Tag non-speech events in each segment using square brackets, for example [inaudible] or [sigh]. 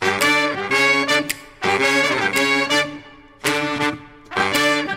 [laughs]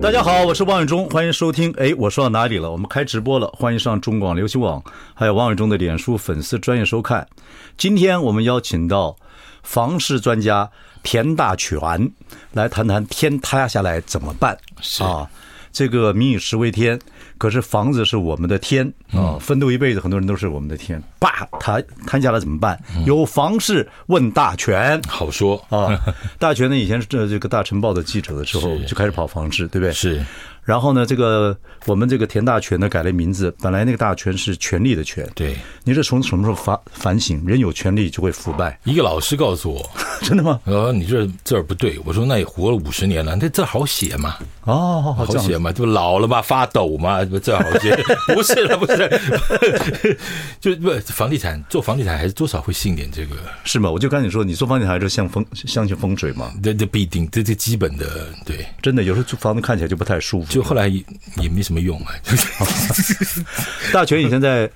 大家好，我是王伟忠，欢迎收听。哎，我说到哪里了？我们开直播了，欢迎上中广流行网，还有王伟忠的脸书粉丝专业收看。今天我们邀请到房事专家田大全来谈谈天塌下来怎么办是啊？这个民以食为天，可是房子是我们的天啊！奋斗一辈子，很多人都是我们的天。啪，塌塌下来怎么办？有房事问大全。好说，啊， [laughs] 大全呢以前是这这个大晨报的记者的时候是就开始跑房市，对不对？是。然后呢，这个我们这个田大全呢改了名字，本来那个大全是权力的权。对你这从什么时候反反省？人有权利就会腐败， [laughs] 一个老师告诉我，真的吗？呃，你这字儿不对。我说那也活了五十年了，那字儿好写嘛，哦，好好好这样写嘛，就老了吧，发抖嘛，这字儿好写。 [laughs] 不是了， [laughs] 不是，就不房地产做房地产还是多少会信点这个，是吗？我就跟你说，你做房地产还是像风相信风水嘛？这这必定，这这基本的对。真的，有时候租房子看起来就不太舒服。就后来也也没什么用啊，大全以前在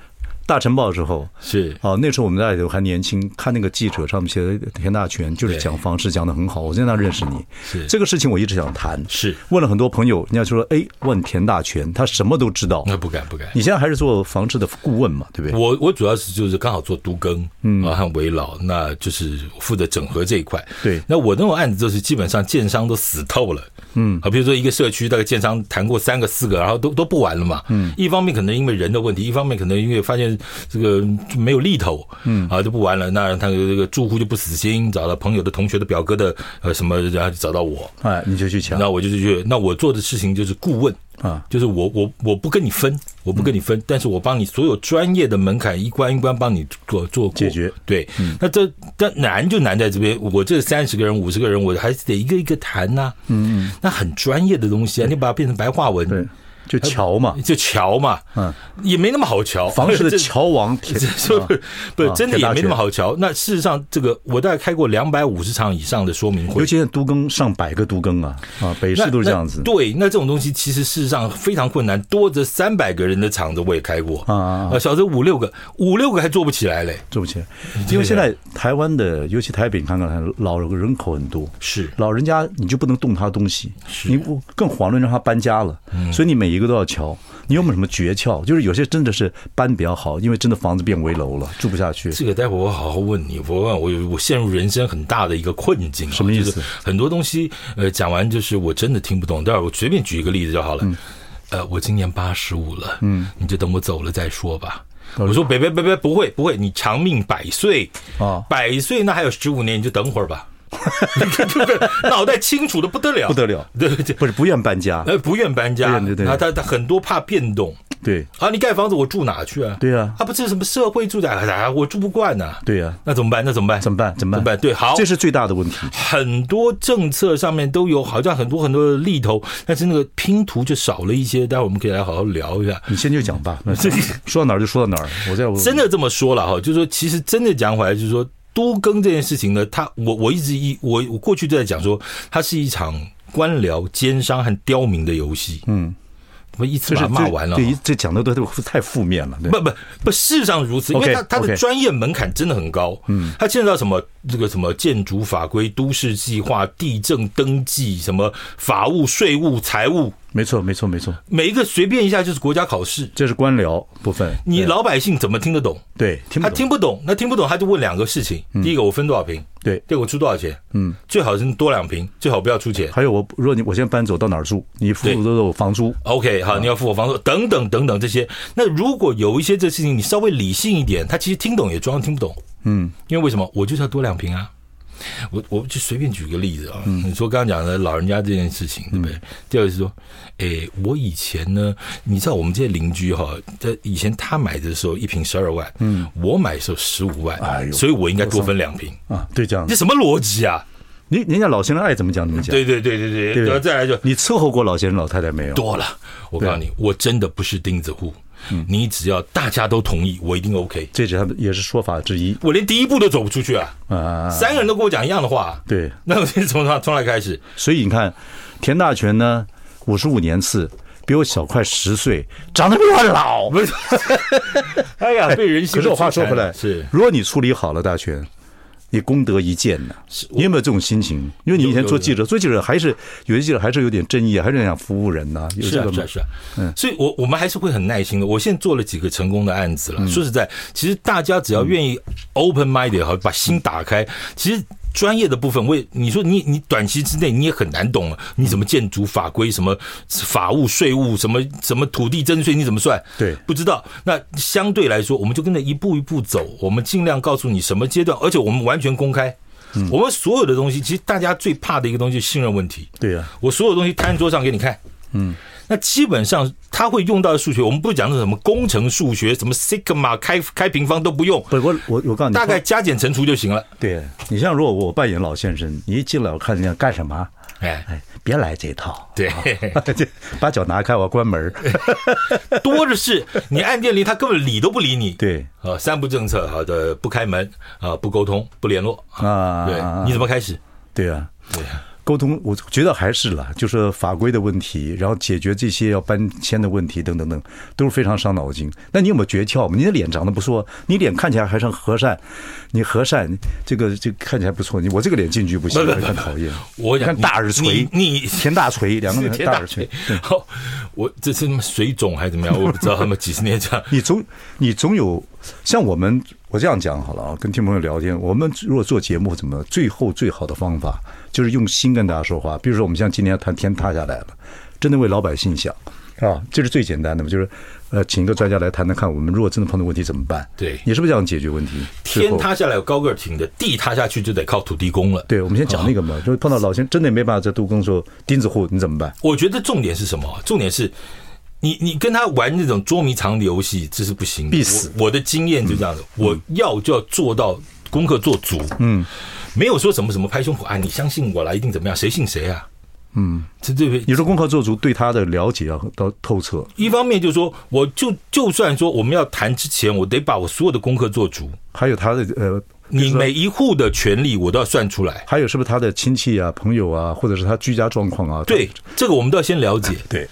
大晨报的时候，是哦，那时候我们在还年轻，看那个记者上面写的田大全，就是对讲房事讲的很好，我在那认识你。是这个事情我一直想谈，是问了很多朋友，人家就说，哎，问田大全，他什么都知道。 [laughs] 那不敢不敢。你现在还是做房事的顾问嘛，对不对？我我主要是就是刚好做都更，嗯啊和围绕，那就是负责整合这一块。对那我那种案子就是基本上建商都死透了，嗯啊，比如说一个社区大概建商谈过三个四个，然后都都不玩了嘛，嗯，一方面可能因为人的问题，一方面可能因为发现这个就没有利头，嗯啊就不玩了，那他这个住户就不死心，找了朋友的同学的表哥的呃什么，然后就找到我，哎，你就去抢。那我就是去，那我做的事情就是顾问啊，嗯就是我我我不跟你分，我不跟你分，但是我帮你所有专业的门槛一关一关帮你做做过解决。嗯对，那这但难就难在这边，我这三十个人五十个人，我还是得一个一个谈呐、嗯嗯，那很专业的东西啊，你把它变成白话文，啊对，就桥嘛，就瞧嘛，嗯，也没那么好瞧。房市的 [laughs] 这桥王田这是啊不不啊真的田也大没学那么好瞧。那事实上，这个我大概开过两百五十场以上的说明会尤，其是都更上百个都更啊，啊，北市那都是这样子那。对，那这种东西其实事实上非常困难，多着三百个人的场子我也开过啊啊啊呃，小则五六个，五六个还做不起来嘞。对不起，因为现在台湾的，尤其台北，你看看老人口很多，是老人家你就不能动他东西，你不更遑论让他搬家了。嗯所以你每一个都要瞧，你有没有什么诀窍？就是有些真的是搬比较好，因为真的房子变危楼了，住不下去。这个待会儿我好好问你，我问我有我陷入人生很大的一个困境、啊，什么意思很多东西，呃，讲完就是我真的听不懂。待会儿我随便举一个例子就好了。嗯呃，我今年八十五了，嗯，你就等我走了再说吧。我说别别别别，不会不会，你长命百岁哦百岁那还有十五年，你就等会 [laughs] 儿吧。 [laughs] 脑袋清楚的不得了，不得了对对对，不是不愿搬家，呃，不愿搬家，对对对他他他很多怕变动对啊，你盖房子我住哪去啊？对啊啊不是什么社会住宅啊，我住不惯呐、对呀、那怎么办？那怎么办？怎么办？怎么怎么办？办？对，好，这是最大的问题。很多政策上面都有，好像很多很多的利头，但是那个拼图就少了一些。待会儿我们可以来好好聊一下。你先就讲 [laughs] 吧，那说到哪儿就说到哪儿。我在我真的这么说了哈，就是说，其实真的讲回来，就是说，都更这件事情呢，它我我一直一我我过去都在讲说，它是一场官僚、奸商和刁民的游戏。嗯，我一次这把是它骂完了哈。对，这讲的都都太负面了。对不不不，事实上如此，因 OK，为它它 OK 的专业门槛真的很高。嗯，它牵扯到什么这个什么建筑法规、都市计划、地政登记、什么法务、税务、财务，没错，没错，没错，每一个随便一下就是国家考试。这是官僚部分。你老百姓怎么听得懂？对，听不他懂嗯听不懂，那听不懂他就问两个事情：第一个我分多少平，对。第二个我出多少钱？嗯，最好是多两平，最好不要出钱。还有我，如果你我现在搬走到哪儿住，你付对都有房租， OK，好，嗯你要付我房租等等等等这些。那如果有一些这事情你稍微理性一点，他其实听懂也装听不懂。嗯，因为为什么？我就是要多两瓶啊。我我就随便举个例子啊，嗯你说刚刚讲的老人家这件事情，对不对？第二个是说，诶，我以前呢，你知道我们这些邻居哈，在以前他买的时候一瓶十二万，嗯，我买的时候十五万，哎呦所以我应该多分两瓶，啊，对，这样这什么逻辑啊？你人家老先生爱怎么讲怎么讲，对对对对对，对不然对后再来就你伺候过老先生老太太没有？多了。我告诉你，我真的不是钉子户，你只要大家都同意，我一定 OK。这是他们也是说法之一我连第一步都走不出去啊！啊啊。啊三个人都跟我讲一样的话，对，那我就从哪从哪开始？所以你看，田大全呢，五十五年次，比我小快十岁，长得比我老。 [laughs] 不是，哎 [laughs] 呀，被人性可是我话说回来，是如果你处理好了大全，你功德一件呢、你有没有这种心情？因为你以前做记者，做记者还是有些记者还是有点正义，啊还是想服务人呐、有是这啊个是吗啊？是啊，嗯，所以我我们还是会很耐心的。我现在做了几个成功的案子嗯了，说实在，其实大家只要愿意 open mind 也好，把心打开，其实。专业的部分，我也你说你你短期之内你也很难懂了，你怎么建筑法规、什么法务、税务、什么什么土地征税，你怎么算？对不知道。那相对来说，我们就跟着一步一步走，我们尽量告诉你什么阶段，而且我们完全公开。嗯我们所有的东西，其实大家最怕的一个东西是信任问题。对呀、我所有东西摊桌上给你看。嗯，那基本上他会用到的数学，我们不讲的什么工程数学，什么 sigma 开开平方都不用，不，我我我告诉你，大概加减乘除就行了。对你像如果我扮演老先生，你一进来我看人家干什么？哎，哎，哦别来这套，对，这 [laughs] 把脚拿开，我要关 [laughs] 门。 [laughs] 多的是，你按电铃他根本理都不理你。，对呃，三不政策，好的，不开门，啊，不沟通，不联络。啊，对，你怎么开始？对啊，对啊，沟通，我觉得还是啦，就是法规的问题，然后解决这些要搬迁的问题等等等，都是非常伤脑筋。那你有没有诀窍嘛？你的脸长得不错，你脸看起来还算和善，你和善这个这个看起来不错，你我这个脸进去不行，不不不很讨厌。我讲看大耳 [laughs] 垂，你你田大锤，两个 [laughs] 是人天大嗯大耳垂罪。。好，我这是什么水肿还是怎么样？我不知道他们几十年啊这样。你总你总有像我们，我这样讲好了啊，跟听众朋友聊天，我们如果做节目，怎么最后最好的方法就是用心跟大家说话。比如说，我们像今天谈天塌下来了，真的为老百姓想啊，这是最简单的嘛，就是呃，请一个专家来谈谈看，我们如果真的碰到问题怎么办？对你是 [laughs] 不是这样哦解决问题？最天后塌下来有高个儿挺的，地塌下去就得靠土地公了。对，我们先讲那个啊嘛，就是碰到老先真的没办法在度工的时候，钉子户你怎么办？我觉得重点是什么？重点是你你跟他玩那种捉迷藏的游戏，这是不行的，必死嗯我。我的经验就这样子，我要就要做到功课做足，嗯，没有说什么什么拍胸脯啊，你相信我啦，一定怎么样，谁信谁啊？嗯，这这个你说功课做足，对他的了解要到透彻，一方面就是说，我就就算说我们要谈之前，我得把我所有的功课做足。还有他的呃你每一户的权利我都要算出来，还有是不是他的亲戚啊、朋友啊，或者是他居家状况啊？对这个我们都要先了解。啊对，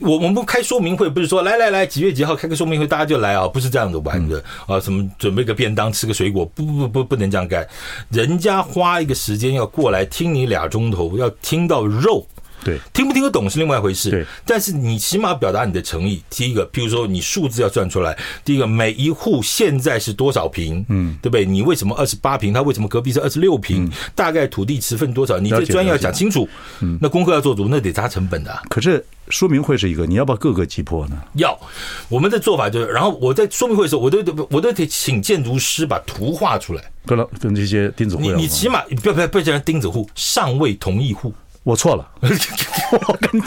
我我们不开说明会，不是说来来来几月几号开个说明会，大家就来啊，不是这样子玩的嗯啊，什么准备个便当吃个水果，不不不不不能这样干，人家花一个时间要过来听你俩钟头，要听到肉。对听不听得懂是另外一回事，对。但是你起码表达你的诚意。第一个，譬如说你数字要算出来，第一个每一户现在是多少平，嗯，对不对？你为什么二十八平？他为什么隔壁是二十六平？大概土地持份多少？你嗯了这解专业要了解讲清楚。嗯，那功课要做足，那得砸成本的啊、可是说明会是一个，你要把各个击破呢？要，我们的做法就是，然后我在说明会的时候，我都我都得请建筑师把图画出来。跟老跟这些钉子户你要你吗起码不要不要不要叫钉子户，尚未同意户。我错 [laughs] 了，我跟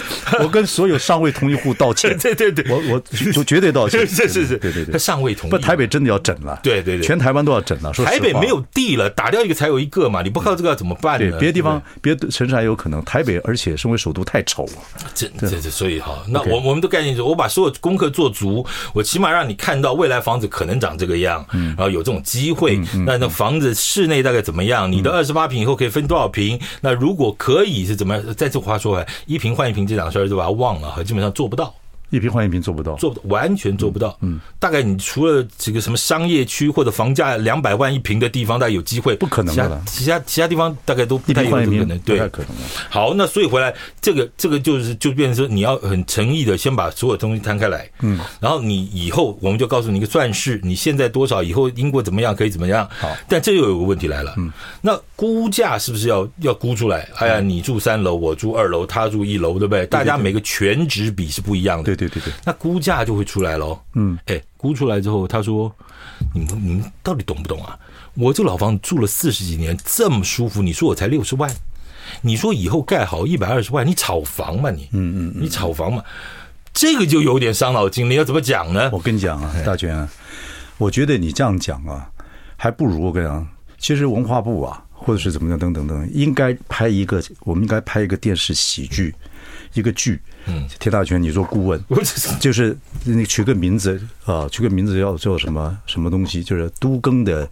我跟所有尚未同意户道歉， [laughs] 对对对我我就绝对道歉，是 [laughs] 是是是，对对他对。尚未同意。不，台北真的要整了，对对对全台湾都要整了。说实话台北没有地了，打掉一个才有一个嘛，你不靠这个要怎么办对呢？别的地对不对方，别的城市还有可能，台北而且身为首都太丑了。这这这，所以哈，那我我们的概念就是，我把所有功课做足，我起码让你看到未来房子可能长这个样，嗯然后有这种机会。那那房子室内大概怎么样？嗯你的二十八平以后可以分多少平？那如果可以是怎么样？再这话说回来，一平换一平这档事儿就把它忘了哈，基本上做不到。一瓶换一瓶做不到，做不到，完全做不到。嗯，大概你除了这个什么商业区或者房价两百万一平的地方，大概有机会，不可能其的他了其他其他地方大概都不一太瓶有换一这个可瓶能，不对，太可能了。好，那所以回来，这个这个就是就变成说，你要很诚意的先把所有东西摊开来，嗯，然后你以后我们就告诉你一个算式，你现在多少，以后英国怎么样可以怎么样。好，但这又有个问题来了，嗯，那估价是不是要要估出来？哎呀，你住三楼，我住二楼，他住一楼，对不对？大家每个全值比是不一样的，对对对对，那估价就会出来喽。嗯，哎，估出来之后，他说：“你们你们到底懂不懂啊？我这个老房子住了四十几年，这么舒服，你说我才六十万？你说以后盖好一百二十万，你炒房嘛你？嗯嗯，你炒房嘛？这个就有点伤脑筋了，要怎么讲呢我？跟你讲啊，大全啊，我觉得你这样讲啊，还不如我跟你讲，其实文化部啊，或者是怎么样等等等，应该拍一个，我们应该拍一个电视喜剧，一个剧。嗯，田大权，你做顾问，我只是就是你取个名字啊，取个名字要叫什么什么东西，就是都更的。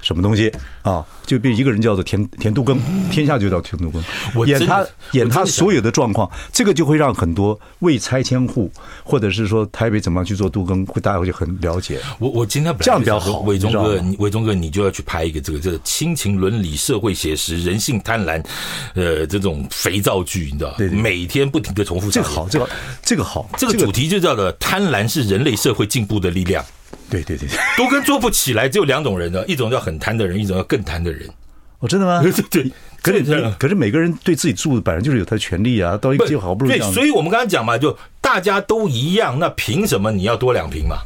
什么东西啊？就被一个人叫做田田都更，天下就叫田都更我。演真他的演我真的他想所有的状况，这个就会让很多未拆迁户，或者是说台北怎么样去做都更，会大家会很了解。我我今天本来这样比较就想好说伟忠你知哥，道吗你伟忠哥，你就要去拍一个这个这个亲情、伦理、社会写实、人性贪婪，呃，这种肥皂剧，你知道吧？对对每天不停的重复这上个演。好，这个这个好，这个主题就叫做“贪婪是人类社会进步的力量对对对对，”，都跟做不起来，只有两种人啊的，一种叫很贪的人，一种叫更贪的人。哦，真的吗？ [laughs] 对对，可是这样每可是每个人对自己住的本来就是有他的权利啊，到一个机会好不容易对这，样所以我们刚才讲嘛，就大家都一样，那凭什么你要多两瓶嘛？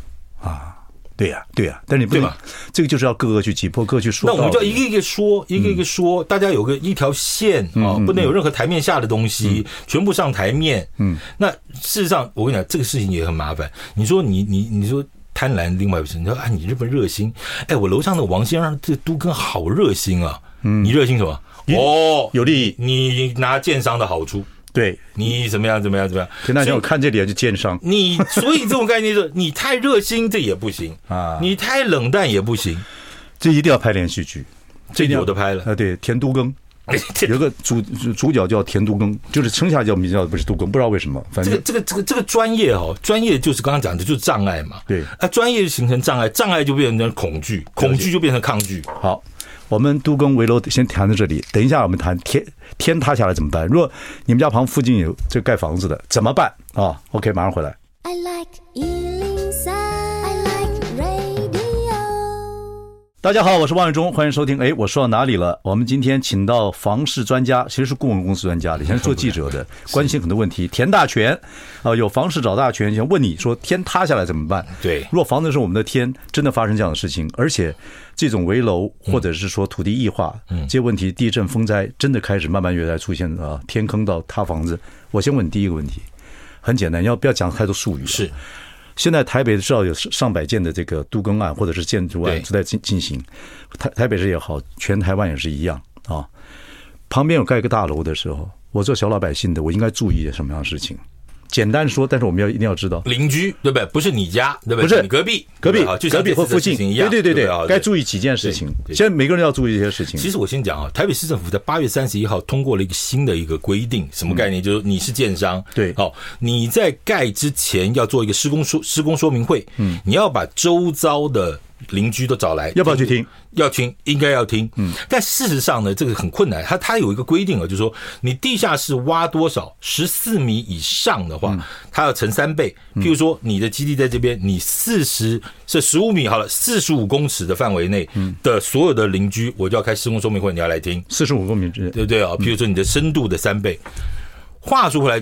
对呀、对呀、但是你不对能吧，这个就是要各个去挤破，各个去说那道理。嗯我们就要一个一个说，一个一个说，大家有个一条线啊，不能有任何台面下的东嗯西，全部上台面。嗯，那事实上，我跟你讲，这个事情也很麻烦。你说你你你说。贪婪，另外一回事。你说啊，你这么热心，哎，我楼上的王先生这都跟好热心啊。嗯，你热心什么？哦，有利益，你拿建商的好处，对，你怎么样怎么样怎么样？田大所强，以我看这脸就奸商，你所以这种概念就是，你太热心这也不行 [laughs] 啊你太冷淡也不行，这一定要拍连续剧。这定要有的拍啊、 [laughs] 了。对，田都更有个主主主角叫田都更，就是剩下叫名字叫不是都更，不知道为什么，反这正个这个这个这个专业哦，专业就是刚刚讲的，就是障碍嘛。对啊，专业形成障碍，障碍就变成恐惧，恐惧就变成抗拒。好。我们都更围楼先谈到这里，等一下我们谈天天塌下来怎么办？若你们家旁附近有这盖房子的怎么办啊？OK，马上回来。 I like Ealing Sound. I like radio. 大家好，我是王伟忠，欢迎收听。哎，我说到哪里了？我们今天请到房市专家，其实是顾问公司专 [laughs] 家的，以前是做记者的，关心很多问题。田大全，啊、有房市找大全，想问你说天塌下来怎么办？对若房子是我们的天，真的发生这样的事情，而且这种围楼嗯或者是说土地异化、这些问题，地震、风灾真的开始慢慢越来越出现啊，天坑到塌房子。我先问你第一个问题，很简单，要不要讲太多术语？啊是，现在台北至少有上百件的这个都更案或者是建筑案对正在进进行，台台北市也好，全台湾也是一样啊。旁边有盖一个大楼的时候，我做小老百姓的，我应该注意什么样的事情？简单说，但是我们要一定要知道，邻居对不对？不是你家对不不对？是你隔壁，隔壁对吧、啊就像隔壁或这次的附事近，情一样，对对对对不啊该注意几件事情。对对现在每个人要注意这些事情。其实我先讲啊，台北市政府在八月三十一号通过了一个新的一个规定，什么概念？就是你是建商，嗯对好、你在盖之前要做一个施工说施工说明会，嗯，你要把周遭的邻居都找来，要不要去听？要听，应该要听，嗯。但事实上呢，这个很困难，它它有一个规定啊，就是说你地下室挖多少十四米以上的嗯话，它要乘三倍。譬如说你的基地在这边，你四十是十五米好了，四十五公尺的范围内嗯的所有的邻居，我就要开施工说明会，你要来听。四十五公民之对不对嗯啊？比如说你的深度的三倍。话说回来，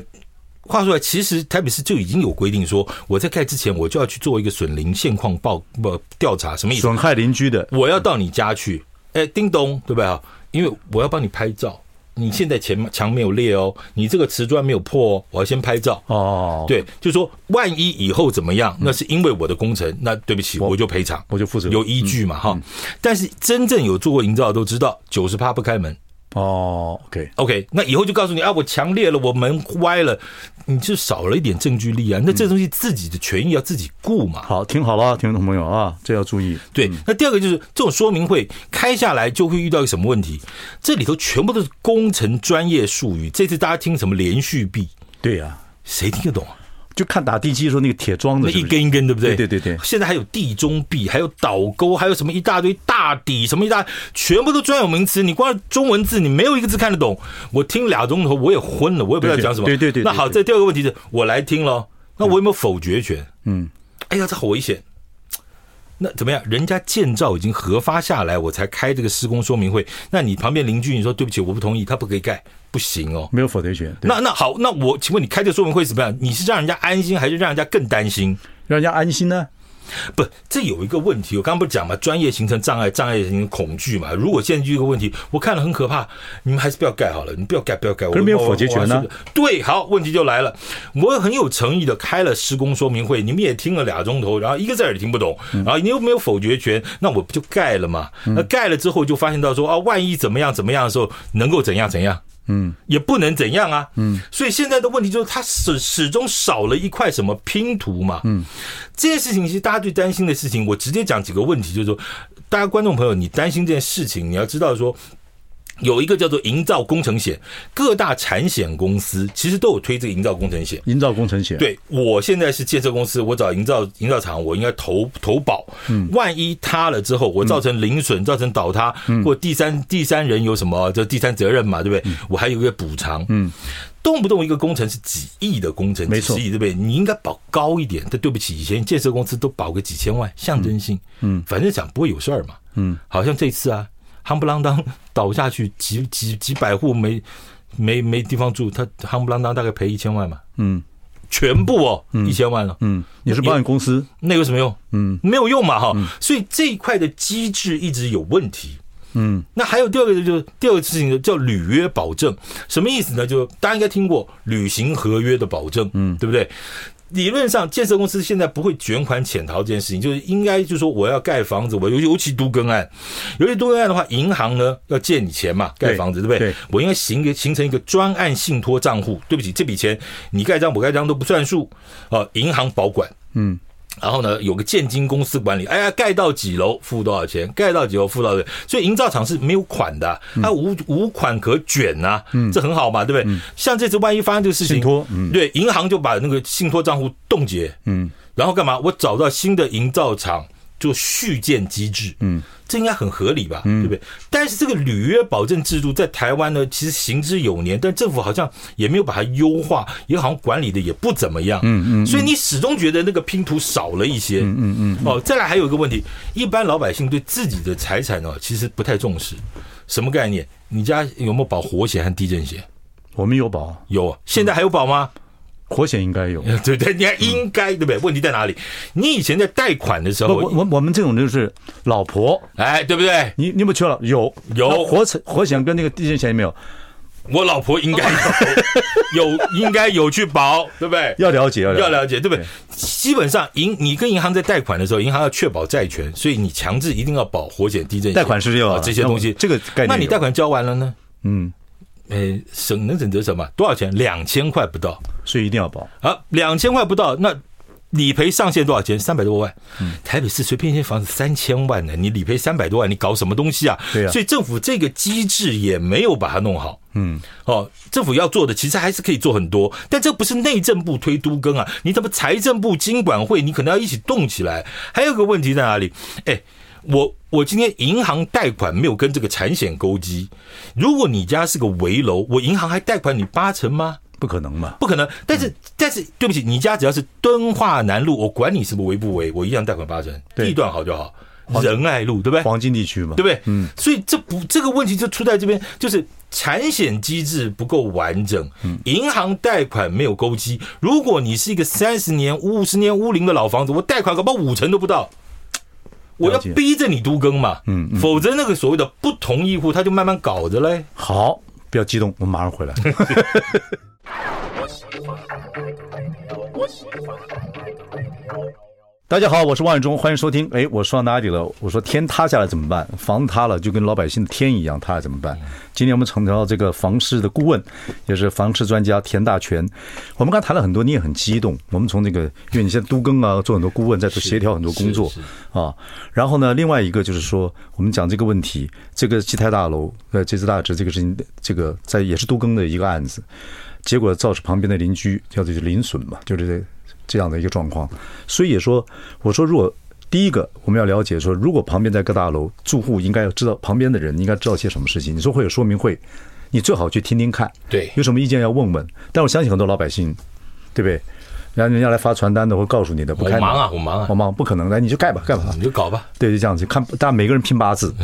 话说回来，其实台北市就已经有规定说，我在盖之前我就要去做一个损林现况报不调查，什么意思？损害邻居的，我要到你家去，哎，叮咚，对不对啊？因为我要帮你拍照，你现在前墙没有裂哦，你这个瓷砖没有破哦，我要先拍照。哦，，嗯对，就说万一以后怎么样，那是因为我的工程，那对不起，我就赔偿，我就负责嗯有依据嘛哈。但是真正有做过营造的都知道，九十趴不开门。哦，OK， OK，那以后就告诉你啊，我强烈了，我门歪了，你就少了一点证据力啊。那这东西自己的权益要自己顾嘛。好，听好了，听众朋友啊，这要注意。对，那第二个就是这种说明会开下来就会遇到一个什么问题？这里头全部都是工程专业术语。这次大家听什么连续壁，对呀、谁听得懂啊？就看打地基的时候那个铁桩那子是一不是根一根，对不对？对对对对现在还有地中壁，还有倒钩，还有什么一大堆大底，什么一大，全部都专有名词。你光是中文字，你没有一个字看得懂。我听俩钟头，我也昏了，我也不知对道对讲什么。对对对对那好，这第二个问题是我来听咯，那我有没有否决权？嗯，哎呀，这好危险。嗯那怎么样？人家建造已经核发下来，我才开这个施工说明会。那你旁边邻居，你说对不起，我不同意，他不可以盖，不行哦。没有否决权，对那那好，那我请问你开这个说明会怎么样？你是让人家安心，还是让人家更担心？让人家安心呢？不，这有一个问题，我刚刚不是讲嘛，专业形成障碍，障碍形成恐惧嘛。如果现在就一个问题，我看了很可怕，你们还是不要盖好了，你不要盖，不要盖。我可是没有我否决权呢我我还是对，好，问题就来了，我很有诚意的开了施工说明会，你们也听了俩钟头，然后一个字儿也听不懂，嗯然后你又没有否决权，那我不就盖了嘛？那盖了之后就发现到说啊，万一怎么样怎么样的时候，能够怎样怎样。嗯，也不能怎样啊，嗯，所以现在的问题就是它始始终少了一块什么拼图嘛，嗯，这件事情其实大家最担心的事情，我直接讲几个问题，就是说，大家观众朋友，你担心这件事情，你要知道说。有一个叫做营造工程险，各大产险公司其实都有推这个营造工程险。营造工程险，，对我现在是建设公司，我找营造营造厂，我应该投投保。万一塌了之后，我造成零损、造成倒塌，或第三第三人有什么这第三责任嘛，对不对？我还有一个补偿。嗯，动不动一个工程是几亿的工程，没错几十亿对不对？你应该保高一点。但对不起，以前建设公司都保个几千万，象征性。嗯，反正想不会有事儿嘛。嗯，好像这次啊，夯不啷当倒下去几几几百户没没没地方住，他夯不啷当大概赔一千万嘛。嗯全部哦，一千万了，嗯，你是保险公司，那有什么用？嗯，没有用嘛哈。所以这一块的机制一直有问题。嗯，那还有第二个就是第二个事情叫履约保证，什么意思呢？就大家应该听过履行合约的保证，嗯，对不对？理论上，建设公司现在不会卷款潜逃这件事情，就是应该就是说我要盖房子，我尤尤其都更案，尤其都更案的话，银行呢要借你钱嘛，盖房子对不对？对我应该形个形成一个专案信托账户，对不起，这笔钱你盖章我盖章都不算数啊、银行保管，嗯，然后呢，有个建金公司管理，哎呀，盖到几楼付多少钱，盖到几楼付多少钱，所以营造厂是没有款的，嗯它无无款可卷呐、这很好嘛，对不对？像这次万一发生这个事情，信托嗯对，银行就把那个信托账户冻结，嗯，然后干嘛？我找到新的营造厂做续建机制，嗯，这应该很合理吧，对不对？但是这个履约保证制度在台湾呢，其实行之有年，但政府好像也没有把它优化，也好像管理的也不怎么样，嗯嗯，所以你始终觉得那个拼图少了一些，嗯嗯嗯。哦，再来还有一个问题，一般老百姓对自己的财产呢，其实不太重视，什么概念？你家有没有保火险和地震险？我们有保，有，啊，现在还有保吗？火险应该有。 [laughs] 对对，你还应该对不对？问题在哪里？你以前在贷款的时不，我候，我我们这种就是老婆，哎，对不对？你你有没有缺了？有有那火险火险跟那个地震险有没有？我老婆应该 [laughs] 有有应该有去保，对不对？要了解，要要了了解，对不对？基本上银你跟银行在贷款的时候，银行要确保债权，所以你强制一定要保火险、地震险、贷款是要啊的这些东那西。我这个概念那你有贷款交完了呢？嗯，呃，省能省得什么？多少钱？两千块不到。所以一定要保。啊，两千块不到，那理赔上限多少钱？三百多万。嗯台北市随便一间房子三千万呢，你理赔三百多万，你搞什么东西啊？对啊所以政府这个机制也没有把它弄好。嗯，哦，政府要做的其实还是可以做很多，但这不是内政部推都更啊，你怎么财政部、经管会，你可能要一起动起来。还有个问题在哪里？哎，我我今天银行贷款没有跟这个产险勾稽，如果你家是个危楼，我银行还贷款你八成吗？不可能嘛？不可能。但是、但是，对不起，你家只要是敦化南路，我管你什么违不违，我一样贷款八成，对地段好就好，仁爱路对不对？黄金地区嘛，对不对？对？嗯，所以这不这个问题就出在这边，就是产险机制不够完整，银行贷款没有勾稽。如果你是一个三十年、五十年屋龄的老房子，我贷款搞不好五成都不到。我要了解逼着你都更嘛，嗯，否则那个所谓的不同意户，他就慢慢搞着嘞。好，不要激动，我们马上回来。大家好，我是王永忠，欢迎收听。哎，我说到哪里了？我说天塌下来怎么办？房塌了就跟老百姓的天一样塌了怎么嗯办？今天我们请到这个房市的顾问，也是房市专家田大全。我们刚才谈了很多，你也很激动。我们从这个，因为你现在都更啊，做很多顾问，在做协调很多工作。是是啊。然后呢，另外一个就是说，我们讲这个问题，这个基泰大楼，呃，这次大直这个事情，这个在也是都更的一个案子，结果造成旁边的邻居叫做邻损嘛，就是这这样的一个状况。所以也说，我说如果。第一个，我们要了解说，如果旁边在各大楼住户应该要知道旁边的人应该知道些什么事情。你说会有说明会，你最好去听听看，对有什么意见要问问。但我相信很多老百姓，对不对？然后人家来发传单的会告诉你的，不我开门忙啊我忙啊我忙，不可能来，你就盖吧，盖吧。你就搞吧， [laughs] 对，就这样子看，大家每个人拼八字，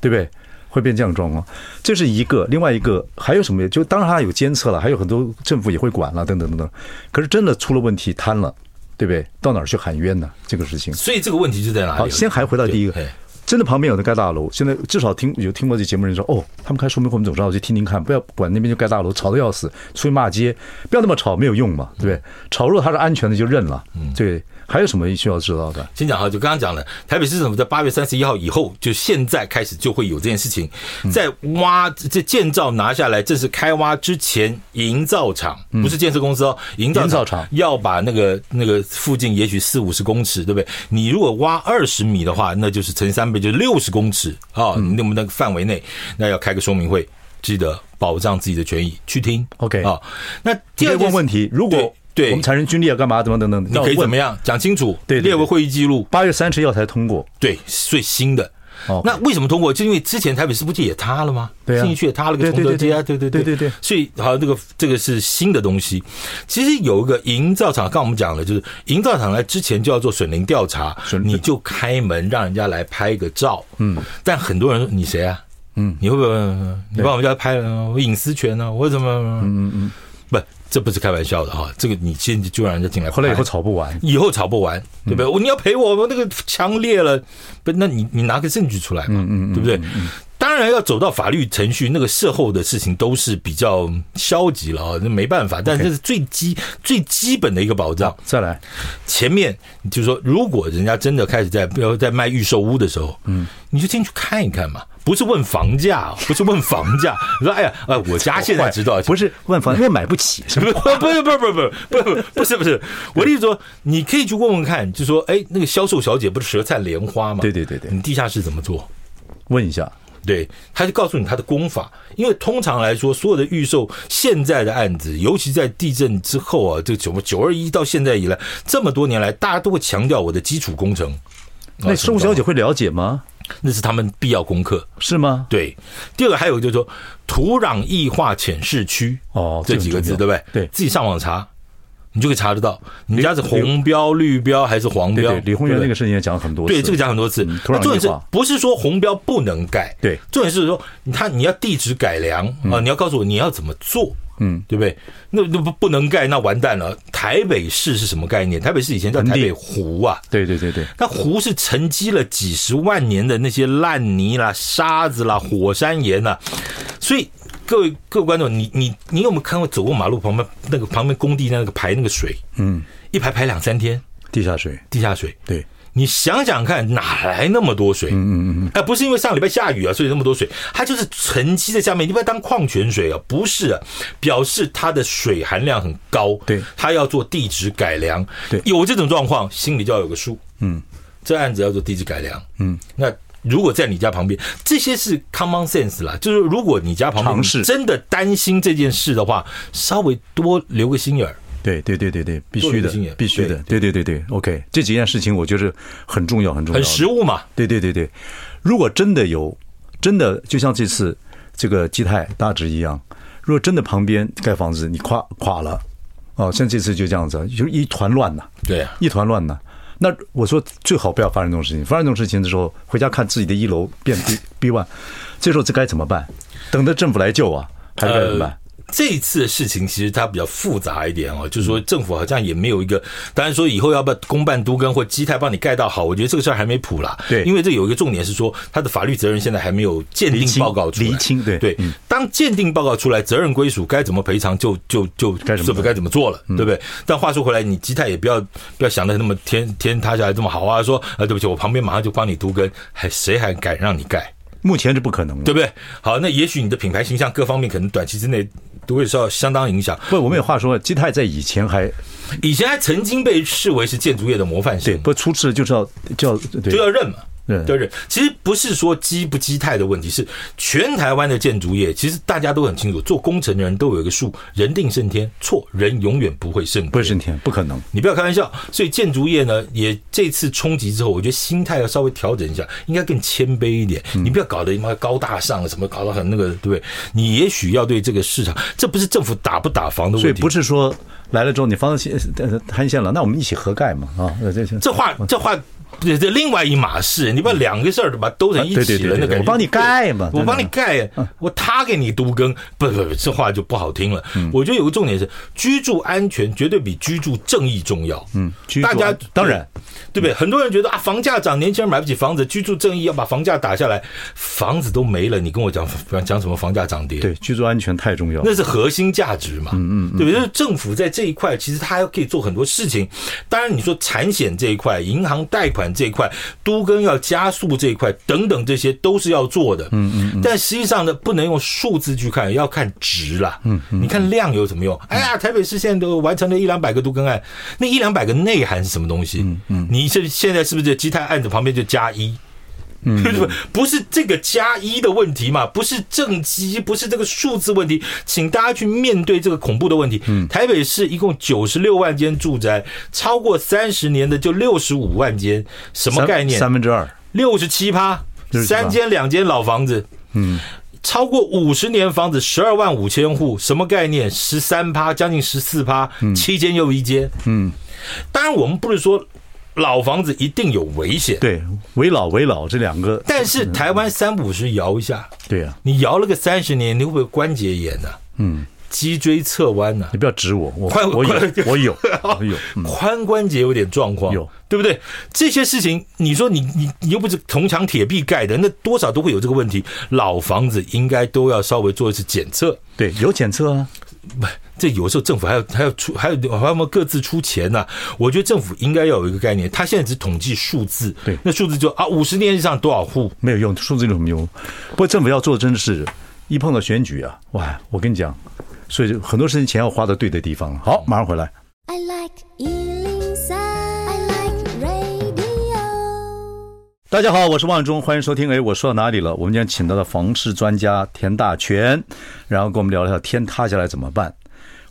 对不对？会变这样的状况，这是一个。另外一个还有什么？就当然它有监测了，还有很多政府也会管了，等等等等。可是真的出了问题，瘫了，对不对？到哪儿去喊冤呢？这个事情。所以这个问题就在哪里？好，先还回到第一个对哎，真的旁边有那盖大楼，现在至少听有听过这节目的人说，哦，他们开说明会，我们总知道，我去听听看，不要管那边就盖大楼，吵得要死，出去骂街，不要那么吵，没有用嗯嘛，对不对？吵如果它是安全的就认了，对。还有什么需要知道的？先讲哈，就刚刚讲了，台北市政府在八月三十一号以后，就现在开始就会有这件事情，在挖这建造拿下来正式开挖之前，营造厂不是建设公司哦，营造嗯营造厂厂要把那个那个附近也许四五十公尺，对不对？你如果挖二十米的话，那就是乘三倍，就六十公尺啊，嗯那么那个范围内，那要开个说明会，记得保障自己的权益，去听 OK 啊。那你第可二以件问事问题，如果对对我们产生军力啊要干嘛？怎么等等？你可以怎么样讲清楚，对对对列为会议记录，八月三十一号才通过，对，最新的。哦那为什么通过？就因为之前台北市不就也塌了吗？对啊信义区也塌了个对对崇德街啊，对对对对对所以好，这个这个是新的东西。其实有一个营造厂，刚刚我们讲了，就是营造厂来之前就要做水灵调查，水灵你就开门让人家来拍个照。嗯，但很多人说你谁啊？嗯，你会不会你帮我们家拍了？我隐私权呢、啊我怎么？嗯嗯嗯，不，这不是开玩笑的哈，这个你现在就让人家进来拍。后来以后吵不完，以后吵不完，对不对？我、你要赔我，我那个墙裂了，不，那你你拿个证据出来嘛，对不对？当然要走到法律程序，那个事后的事情都是比较消极了啊、那没办法。但这是最基最基本的一个保障。再来前面就是说，如果人家真的开始在比如在卖预售屋的时候，嗯，你就进去看一看嘛，不是问房价哦，不是问房价。 [laughs] 你说，哎呀，呃，我家现在值多少钱？不是问房，因为买不起，是吧？ [laughs] 不不是不是不是不是不是不是不是，我的意思说，你可以去问问看，就说哎，那个销售小姐不是舌灿莲花吗？对对对对你地下室怎么做？问一下，对，他就告诉你他的功法，因为通常来说，所有的预售现在的案子，尤其在地震之后啊，这九九二一到现在以来这么多年来，大家都会强调我的基础工程。啊那售小姐会了解吗？那是他们必要功课。是吗？对，第二个还有就是说土壤异化浅市区哦这几个字这对个不很对？重要对自己上网查，你就可以查得到，你家是红标、绿标还是黄对标？对，李宏源那个事情也讲了很多次，啊对这个讲很多次嗯，土壤那重点异是化不是说红标不能盖？对嗯重点是说他你要地址改良啊，你要告诉我你要怎么做。嗯，对不对？那那不不能盖，那完蛋了。台北市是什么概念？台北市以前叫盆地台北湖啊，对对对对，那湖是沉积了几十万年的那些烂泥啦、沙子啦、火山岩啦，所以各位各位观众，你你你有没有看过走过马路旁边那个旁边工地那个排那个水，嗯，一排排两三天地下水，地下水，对，你想想看，哪来那么多水？嗯嗯嗯，哎，不是因为上礼拜下雨啊，所以那么多水，它就是沉积在下面。你不要当矿泉水啊，不是、啊，表示它的水含量很高。对它要做地质改良。对有这种状况，心里就要有个数。嗯，这案子要做地质改良。嗯，那如果在你家旁边，这些是 common sense 啦，就是如果你家旁边尝试你真的担心这件事的话，稍微多留个心眼儿。对对对对对，必须做得不行也的，必须的，对对对对，OK，这几件事情我觉得很重要，很重要，很实务嘛，对对对对，如果真的有，真的就像这次这个基泰大直一样，如果真的旁边盖房子你垮垮了，哦，像这次就这样子，就一团乱呐、对啊一团乱呐、那我说最好不要发生这种事情，发生这种事情的时候，回家看自己的一楼变 B B one，这时候这该怎么办？等着政府来救啊，还是该怎么办？呃这一次的事情其实它比较复杂一点哦，就是说政府好像也没有一个，当然说以后要不要公办都跟或基泰帮你盖到好，我觉得这个事儿还没谱啦。对因为这有一个重点是说，它的法律责任现在还没有鉴定厘清报告出来。厘清对对，当鉴定报告出来，责任归属该怎么赔偿就就就该怎么政府该怎么做了，对不对？但话说回来，你基泰也不要不要想的那么天天塌下来这么好啊，说啊对不起，我旁边马上就帮你都跟，还谁还敢让你盖？目前是不可能的。对不对？好，那也许你的品牌形象各方面可能短期之内都会受到相当影响。不，我们有话说，基泰在以前还以前还曾经被视为是建筑业的模范对，生，不出事就是要就要就对要认嘛。认就要认，其实不是说基不基态的问题，是全台湾的建筑业，其实大家都很清楚，做工程的人都有一个数，人定胜天，错，人永远不会胜天不是升天，不可能。你不要开玩笑。所以建筑业呢，也这次冲击之后，我觉得心态要稍微调整一下，应该更谦卑一点。嗯你不要搞得妈高大上什么，搞得很那个，对不对？你也许要对这个市场，这不是政府打不打房的所以问题不。是说来了之后你房子呃摊线了，那我们一起合盖嘛啊？呃这这话这话不是这另外一码事，你把两个事儿把它兜成一嗯啊对对起对了，对那感觉我帮你盖嘛对真的嗯我帮你盖，我他给你都更，不不不，这话就不好听了。嗯我觉得有个重点是，居住安全绝对比居住正义重要。嗯居住大家当然嗯对不对？很多人觉得啊，房价涨，年轻人买不起房子，居住正义要把房价打下来，房子都没了，你跟我讲讲什么房价涨跌？对，居住安全太重要。那是核心价值嘛，嗯嗯，对不对？就是政府在这一块，其实它还可以做很多事情。当然，你说产险这一块、银行贷款这一块、都跟要加速这一块等等，这些都是要做的，嗯嗯。但实际上呢，不能用数字去看，要看值啦，嗯嗯。你看量有什么用？哎呀，台北市现在都完成了一两百个都更案，那一两百个内涵是什么东西？嗯嗯。你是现在是不是基泰案子旁边就加一？ [laughs] 不不是这个加一的问题嘛，不是正畸，不是这个数字问题，请大家去面对这个恐怖的问题。台北市一共九十六万间住宅，超过三十年的就六十五万间，什么三概念？三分之二，六十七趴， 67%三间两间老房子，嗯，超过五十年房子十二万五千户，什么概念？十三趴，将近十四趴，七间又一间，嗯，当然我们不是说老房子一定有危险。对，围老围老这两个，但是台湾三不五十摇一下，对啊呀、你摇了个三十年，你会不会关节炎呢、嗯，脊椎侧弯啊呢、你不要指我，我快我有快我有我 [laughs] 有，嗯髋关节有点状况，有对不对？这些事情，你说你你你又不是铜墙铁壁盖的，那多少都会有这个问题。老房子应该都要稍微做一次检测，对，有检测啊，这有时候政府还要还要出还有还要么各自出钱呢、我觉得政府应该要有一个概念，他现在只统计数字，对那数字就啊五十年以上多少户，没有用，数字有什么用？不过政府要做的真的是，一碰到选举啊，哇，我跟你讲，所以很多事情钱要花到对的地方了。好，马上回来。 I like Ealing Sound. I like radio. 大家好，我是万忠，欢迎收听。哎，我说到哪里了？我们今天请到的房市专家田大全，然后跟我们聊了一下天塌下来怎么办。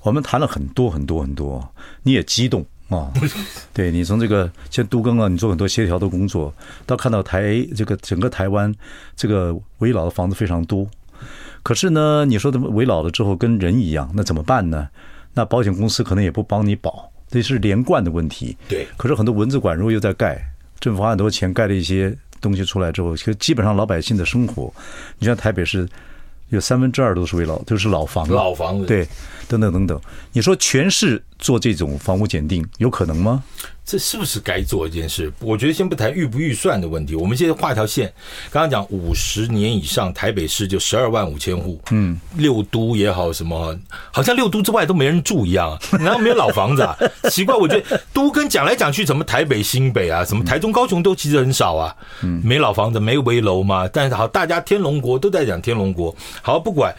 我们谈了很多很多很多，你也激动啊、对你从这个像都更啊，你做很多协调的工作，到看到台这个整个台湾这个围老的房子非常多，可是呢，你说的围老了之后跟人一样，那怎么办呢？那保险公司可能也不帮你保，这是连贯的问题。对可是很多蚊子馆如果又在盖，政府花很多钱盖了一些东西出来之后，其实基本上老百姓的生活，你像台北市有三分之二都是为老都是老房，老房子嗯对，等等等等。你说全市做这种房屋检定有可能吗？这是不是该做一件事？我觉得先不谈预不预算的问题，我们现在画一条线。刚刚讲五十年以上，台北市就十二万五千户，嗯，六都也好，什么好像六都之外都没人住一样，啊然后没有老房 [laughs] 子啊？奇怪，我觉得都跟讲来讲去，什么台北、新北啊，什么台中、高雄都其实很少啊，嗯，没老房子，没危楼嘛。但是好，大家天龙国都在讲天龙国，好不管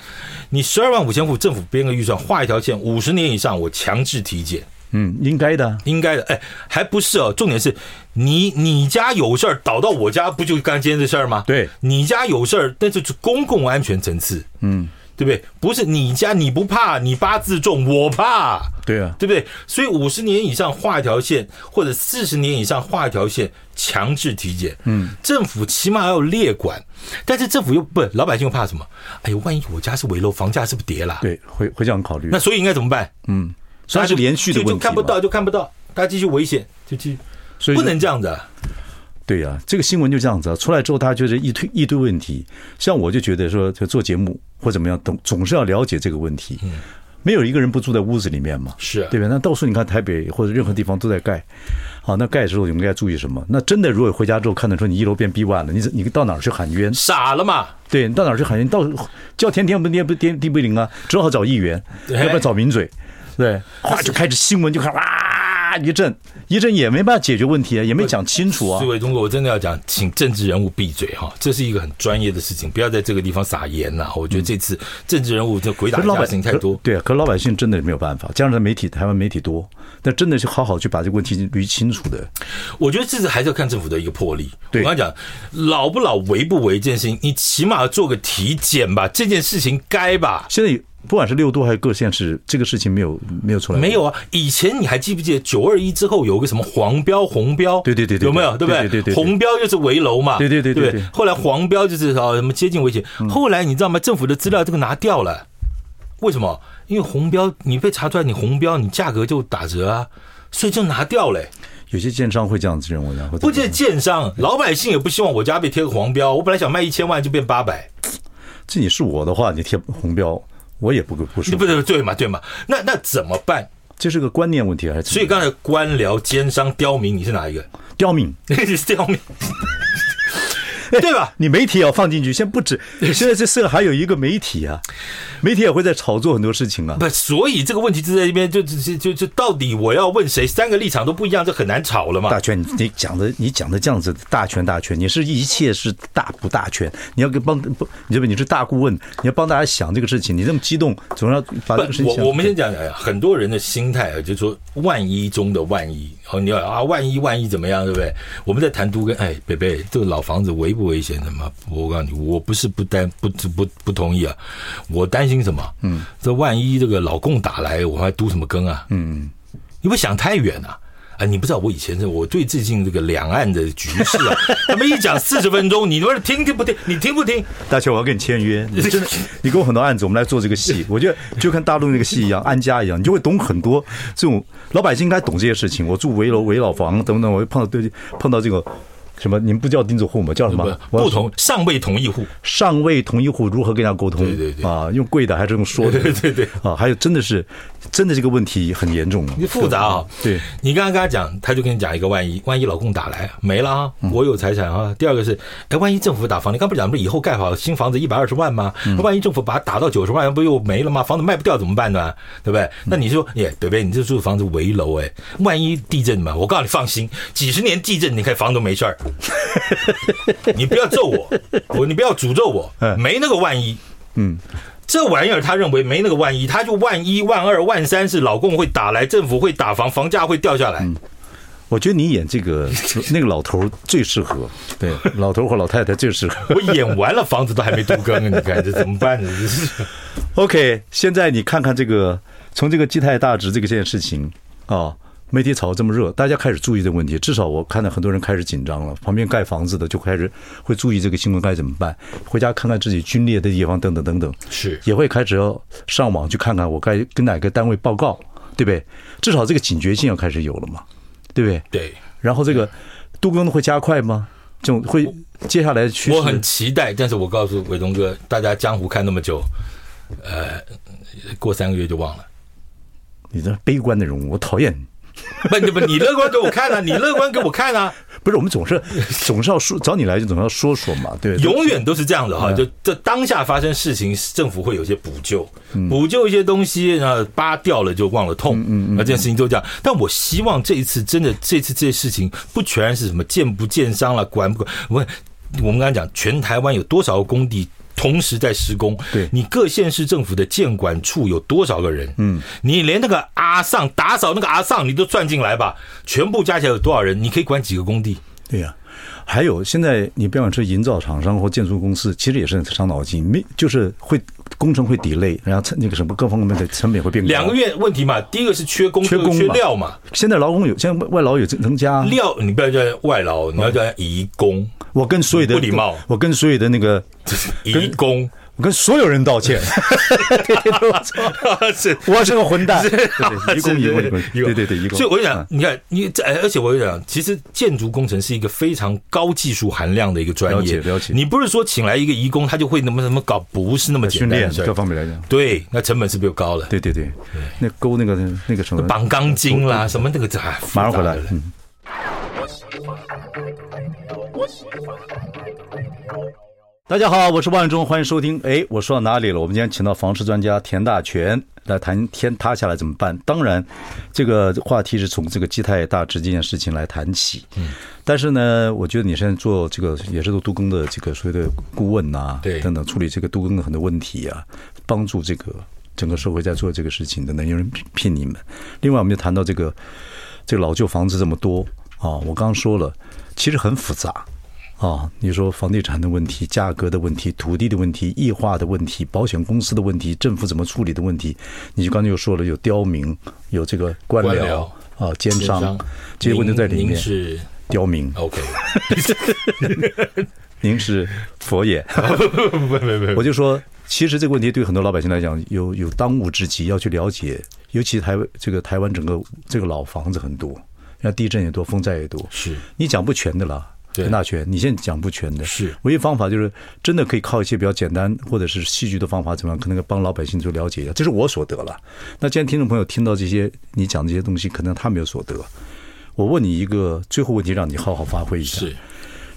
你十二万五千户，政府编个预算，画一条线，五十年以上我强制体检。嗯，应该的啊。应该的，哎，还不是哦。重点是你你家有事儿倒到我家，不就刚今天这事儿吗？对你家有事儿，那就是公共安全层次，嗯，对不对？不是你家你不怕，你八字重，我怕，对啊，对不对？所以五十年以上画一条线，或者四十年以上画一条线，强制体检。嗯，政府起码要列管，但是政府又不，老百姓又怕什么？哎呦，万一我家是危楼，房价是不是跌了？，对，会会这样考虑。那所以应该怎么办？所以它是连续的就问题就嘛看不到，就看不到，大家继续危险，就继续。所以不能这样子、啊。对呀、这个新闻就这样子啊，出来之后大家觉得一堆一堆问题，像我就觉得说，就做节目或怎么样，总总是要了解这个问题。没有一个人不住在屋子里面嘛，嗯是啊对吧？那到处你看台北或者任何地方都在盖，好，那盖的时候你们该注意什么？那真的如果回家之后看到说你一楼变 B one 了，你你到哪儿去喊冤？傻了嘛？对你到哪儿去喊冤？到叫天天不地不地地不灵啊，只好找议员，对要不然找名嘴，对， [laughs] 哗就开始新闻就开始哇一阵一阵也没办法解决问题啊，也没讲清楚啊思。维中国，我真的要讲，请政治人物闭嘴哈，这是一个很专业的事情，不要在这个地方撒盐呐、我觉得这次政治人物这鬼打嗯可是老架百事姓情太多可，对啊，可是老百姓真的没有办法，加上媒体，台湾媒体多，那真的是好好去把这个问题捋清楚的。我觉得这次还是要看政府的一个魄力。我对刚才讲，老不老，为不为这件事情，你起码要做个体检吧，这件事情该吧。现在不管是六都还是各县市，这个事情没有没有出来，没有。啊，以前你还记不记得九二一之后有个什么黄标、红标？对对对对有没有？对对不对对对对红标就是围楼嘛，对对对对对对嗯不后来黄标就是啊什么接近危险，后来你知道吗？政府的资料这个拿掉了，为什么？因为红标你被查出来，你红标你价格就打折啊，所以就拿掉了欸。有些建商会这样子认为啊的，或者不仅建嗯商，老百姓也不希望我家被贴个黄标。我本来想卖一千万，就变八百，这你是我的话，你贴红标，我也不不你说，不对对嘛对嘛？那那怎么办？这是个观念问题还是怎么所以样？刚才官僚、奸商、刁民，你是哪一个？刁民， [laughs] 你是刁民，对吧？你媒体也要放进去，先不止，现在这社会还有一个媒体啊， [laughs] 媒体也会在炒作很多事情啊。不，所以这个问题就在这边，就就就就就到底我要问谁？三个立场都不一样，这很难吵了嘛大。圈，你你讲的你讲的这样子大圈大圈，你是一切是大不大圈，你要给帮不，你这边你是大顾问，你要帮大家想这个事情，你这么激动，总要把这个事不，情啊想我我们先讲讲很多人的心态啊，就是说万一中的万一，哦，你要啊，万一万一怎么样，对不对？我们在谈都跟哎，北北，这个老房子危不危险？怎么？我告诉你，我不是不担不不不同意啊，我担心什么？嗯，这万一这个老共打来，我还读什么根啊？嗯，你不想太远啊。啊，你不知道我以前是我对最近这个两岸的局势 [laughs] 啊，他们一讲四十分钟，你他妈听听不听？你听不听？大圈，我要跟你签约，你 [laughs] 真的，你给我很多案子，我们来做这个戏。我觉得就跟大陆那个戏一样，安家一样，你就会懂很多这种老百姓应该懂这些事情。我住围楼、围老房等等，我会碰到对碰到这个什么，你们不叫钉子户吗？叫什么？不不同尚未同意户，上位同一户如何跟人家沟通？对对对啊，用跪的还是用说的？ [laughs] 对对对啊，还有真的是，真的这个问题很严重啊，你复杂啊。对，你刚刚跟他讲，他就跟你讲一个万一，万一老公打来没了啊，我有财产啊。第二个是，哎，万一政府打房，你刚不是讲不是以后盖好新房子一百二十万吗？万一政府把它打到九十万，不又没了吗？房子卖不掉怎么办呢？对不对？那你说，耶，北北，你这住的房子围楼，哎，万一地震嘛，我告诉你放心，几十年地震你看房都没事儿， [laughs] 你不要咒我，我你不要诅咒我，没那个万一。这玩意儿他认为没那个万一，他就万一、万二、万三是老共会打来，政府会打房，房价会掉下来。我觉得你演这 [laughs] 个那个老头儿最适合，对，老头儿或老太太最适合。 [laughs] 我演完了，房子都还没都更，你看这怎么办呢？这是 OK，现在你看看这个，从这个基泰大值这个件事情啊。媒体炒得这么热，大家开始注意这个问题。至少我看到很多人开始紧张了，旁边盖房子的就开始会注意这个新闻该怎么办，回家看看自己皲裂的地方，等等等等。是也会开始要上网去看看我该跟哪个单位报告，对不对？至少这个警觉性要开始有了嘛，对不对？对，然后这个都更会加快吗？这种会接下来的趋势，我很期待，但是我告诉伟东哥，大家江湖看那么久，呃，过三个月就忘了。你这悲观的人物，我讨厌你。不，你不，你乐观给我看啊，你乐观给我看啊，不是，我们总是总是要说，找你来就总要说说嘛，对不对？永远都是这嗯样的哈。就这当下发生事情，政府会有些补救，补救一些东西，然后扒掉了就忘了痛，嗯，这件事情就这样。但我希望这一次真的，这次这些事情不全然是什么建不建商了，管不管我。我们刚才讲，全台湾有多少个工地同时在施工？对你各县市政府的监管处有多少个人？嗯，你连那个阿上打扫那个阿上你都算进来吧，全部加起来有多少人？你可以管几个工地？对呀、还有现在你不管是营造厂商或建筑公司，其实也是很伤脑筋，没就是会工程会 delay，然后成那个什么各方面的成本会变高。两个月问题嘛，第一个是缺工，缺第二个工缺嘛料嘛。现在劳工有，现在外劳有增增加啊，料，你不要叫外劳，你要叫移工，我跟所有的不礼貌我跟所有的那个，移 [laughs] 工我跟所有人道 [laughs] 歉，啊是。啊我是个混蛋。对对，是一公一公一公，移对对对，一公。啊所以我就想，你看，你这，哎而且我就想，其实建筑工程是一个非常高技术含量的一个专业。了解了解你不是说请来一个移工，他就会那么什么搞，不是那么简训单练的事各儿。方面来讲，对，那成本是不是又高了？对对对，那勾那个那个什么，绑钢筋啦，什么那个，哎马上回来。复杂的嗯。大家好，我是万忠，欢迎收听。哎，我说到哪里了？我们今天请到房市专家田大全来谈天塌下来怎么办。当然，这个话题是从这个基泰大直这件事情来谈起。嗯，但是呢，我觉得你现在做这个也是做都更的这个所谓的顾问呐、对等等，处理这个都更的很多问题啊，帮助这个整个社会在做这个事情等等，有人聘聘你们。另外，我们就谈到这个这个老旧房子这么多啊，我刚刚说了，其实很复杂。啊，你说房地产的问题、价格的问题、土地的问题、异化的问题、保险公司的问题、政府怎么处理的问题，你就刚才又说了，有刁民，有这个官官僚僚啊、奸奸商商，这些问题在里您您面。是哦刁民， OK，您是佛爷， [laughs] 不不不不我就说，其实这个问题对很多老百姓来讲，有有当务之急要去了解，尤其台湾这个台湾整个这个老房子很多，那地震也多，风灾也多，是你讲不全的啦。对陈大全，你现在讲不全的，是唯一方法就是真的可以靠一些比较简单或者是戏剧的方法，怎么样可能帮老百姓就了解一下，这是我所得了。那既然听众朋友听到这些你讲这些东西，可能他没有所得。我问你一个最后问题，让你好好发挥一下。是，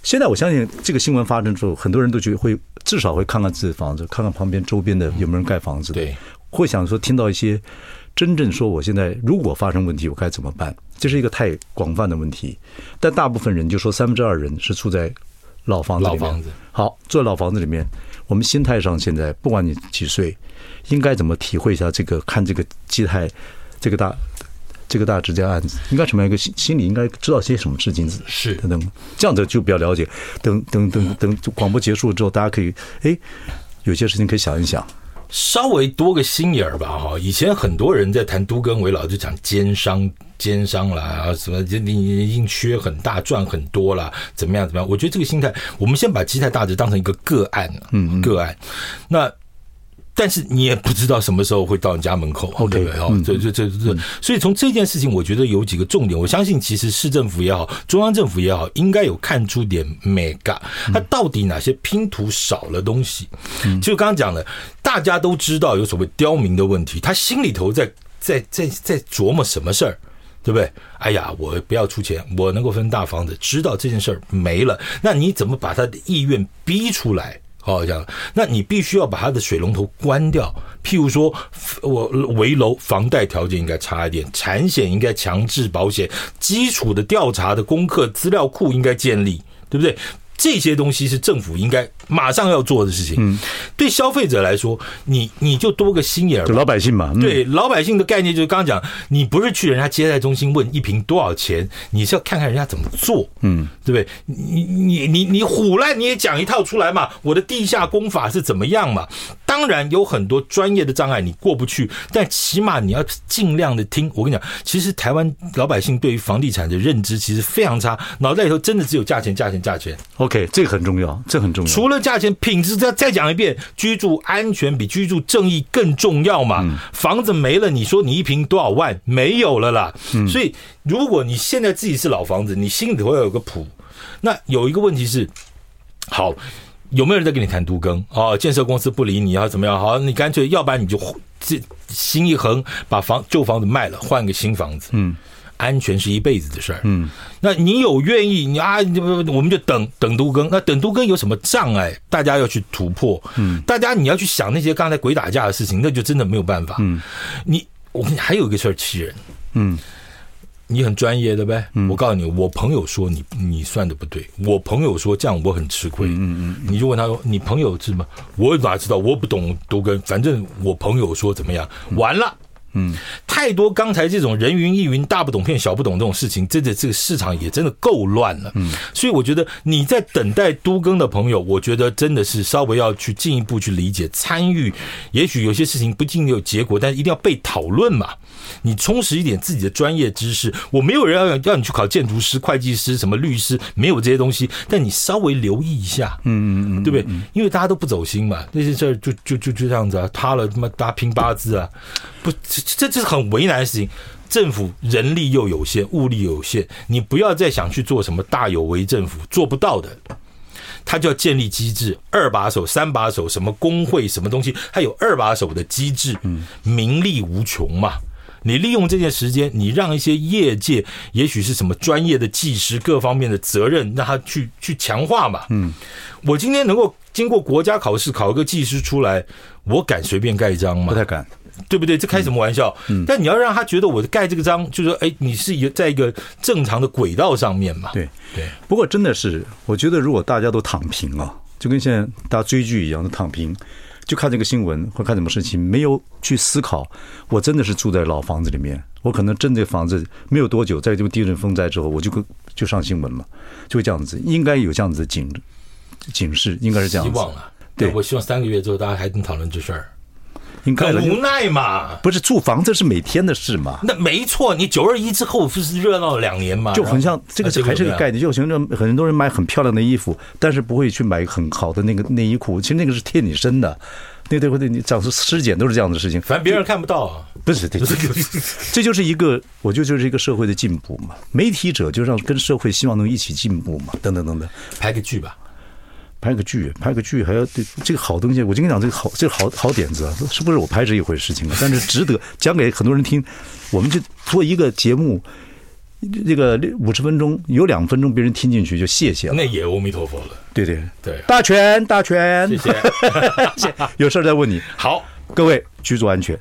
现在我相信这个新闻发生之后，很多人都觉得会至少会看看自己的房子，看看旁边周边的有没有人盖房子的，对会想说听到一些真正说我现在如果发生问题我该怎么办，这是一个太广泛的问题。但大部分人就说三分之二人是住在老房子里面，老房子好住在老房子里面，我们心态上现在不管你几岁，应该怎么体会一下这个看这个基态这个大。这个大直家案子应该什么样一个心心里应该知道些什么事情是等等，这样子就比较了解。等等等等，广播结束之后，大家可以哎，有些事情可以想一想。稍微多个心眼儿吧，哈。以前很多人在谈都跟为老，就讲奸商、奸商啦，啊什么你你一定缺很大，赚很多啦，怎么样怎么样？我觉得这个心态，我们先把基态大致当成一个个案，嗯，个案。那但是你也不知道什么时候会到你家门口啊 OK，对不对？哦，这这这这，所以从这件事情，我觉得有几个重点，我相信其实市政府也好，中央政府也好，应该有看出点美感，它到底哪些拼图少了东西？就刚刚讲的，大家都知道有所谓刁民的问题，他心里头在在在在琢磨什么事儿。对不对？哎呀，我不要出钱，我能够分大房子，知道这件事儿没了，那你怎么把他的意愿逼出来？哦，这样，那你必须要把他的水龙头关掉。譬如说，我围楼房贷条件应该差一点，产险应该强制保险，基础的调查的功课资料库应该建立，对不对？这些东西是政府应该马上要做的事情。嗯，对消费者来说，你你就多个心眼儿吧就老百姓嘛，嗯，对老百姓的概念就是刚刚讲，你不是去人家接待中心问一瓶多少钱，你是要看看人家怎么做，嗯，对不对？你你你你虎烂你也讲一套出来嘛，我的地下功法是怎么样嘛？当然有很多专业的障碍你过不去，但起码你要尽量的听。我跟你讲，其实台湾老百姓对于房地产的认知其实非常差，脑袋里头真的只有价钱、价钱、价钱。 OK，这个很重要，这个很重要。除了价钱，品质再再讲一遍，居住安全比居住正义更重要嘛。房子没了，你说你一平多少万？没有了啦。所以，如果你现在自己是老房子，你心里头要有个谱。那有一个问题是，好。有没有人在跟你谈都更？哦，建设公司不理你啊，怎么样？好，你干脆，要不然你就这心一横，把房旧房子卖了，换个新房子。嗯，安全是一辈子的事儿。嗯，那你有愿意你啊，你不我们就等等都更。那等都更有什么障碍？大家要去突破。嗯，大家你要去想那些刚才鬼打架的事情，那就真的没有办法。嗯，你我跟你还有一个事儿气人。嗯，你很专业对不对？我告诉你，我朋友说你你算的不对，我朋友说这样我很吃亏。嗯嗯，你就问他说你朋友是吗？我哪知道？我不懂都跟，反正我朋友说怎么样，完了。嗯，太多刚才这种人云亦云、大不懂骗、小不懂这种事情，真的这个市场也真的够乱了。嗯，所以我觉得你在等待都更的朋友，我觉得真的是稍微要去进一步去理解、参与。也许有些事情不一定有结果，但一定要被讨论嘛。你充实一点自己的专业知识。我没有人要让你去考建筑师、会计师、什么律师，没有这些东西，但你稍微留意一下，嗯嗯嗯，对不对？因为大家都不走心嘛，那些事儿就就就就这样子啊，塌了他妈大家拼八字啊，不，这这这是很为难的事情。政府人力又有限，物力有限，你不要再想去做什么大有为政府做不到的。他就要建立机制，二把手、三把手，什么工会、什么东西，它有二把手的机制，嗯名利无穷嘛。你利用这件时间，你让一些业界，也许是什么专业的技师各方面的责任，让他去去强化嘛。嗯，我今天能够经过国家考试考一个技师出来，我敢随便盖章吗不？太敢。对不对？这开什么玩笑？嗯但你要让他觉得我盖这个章，就是说，哎，你是有在一个正常的轨道上面嘛？对，对，不过真的是，我觉得如果大家都躺平啊，就跟现在大家追剧一样，都躺平，就看这个新闻或看什么事情，没有去思考，我真的是住在老房子里面，我可能真的房子没有多久，在这个地震风灾之后，我就跟就上新闻了，就会这样子，应该有这样子的警警示，应该是这样希子。望了。啊对但我希望三个月之后大家还能讨论这事儿。应该的很无奈嘛。不是住房子是每天的事嘛，那没错，你九二一之后不是热闹了两年嘛？啊就很像这个是还是个概念。念，就形成很多人买很漂亮的衣服，但是不会去买很好的那个内衣裤，其实那个是贴你身的。那对不对？你长尸检都是这样的事情，反正别人看不到啊，不是 [laughs] 对，这这就是一个，我觉得就是一个社会的进步嘛。媒体者就让跟社会希望能一起进步嘛，等等等等。 [laughs] 拍个剧吧。拍个剧，拍个剧还要对这个好东西，我就跟你讲这个好，这个好好点子啊，是不是我拍是一回事情啊？但是值得讲给很多人听。我们就做一个节目，这个五十分钟有两分钟别人听进去就谢谢了，那也阿弥陀佛了，对对对大全大全谢，谢。 [laughs] 有事儿再问你。好。各位居住安全。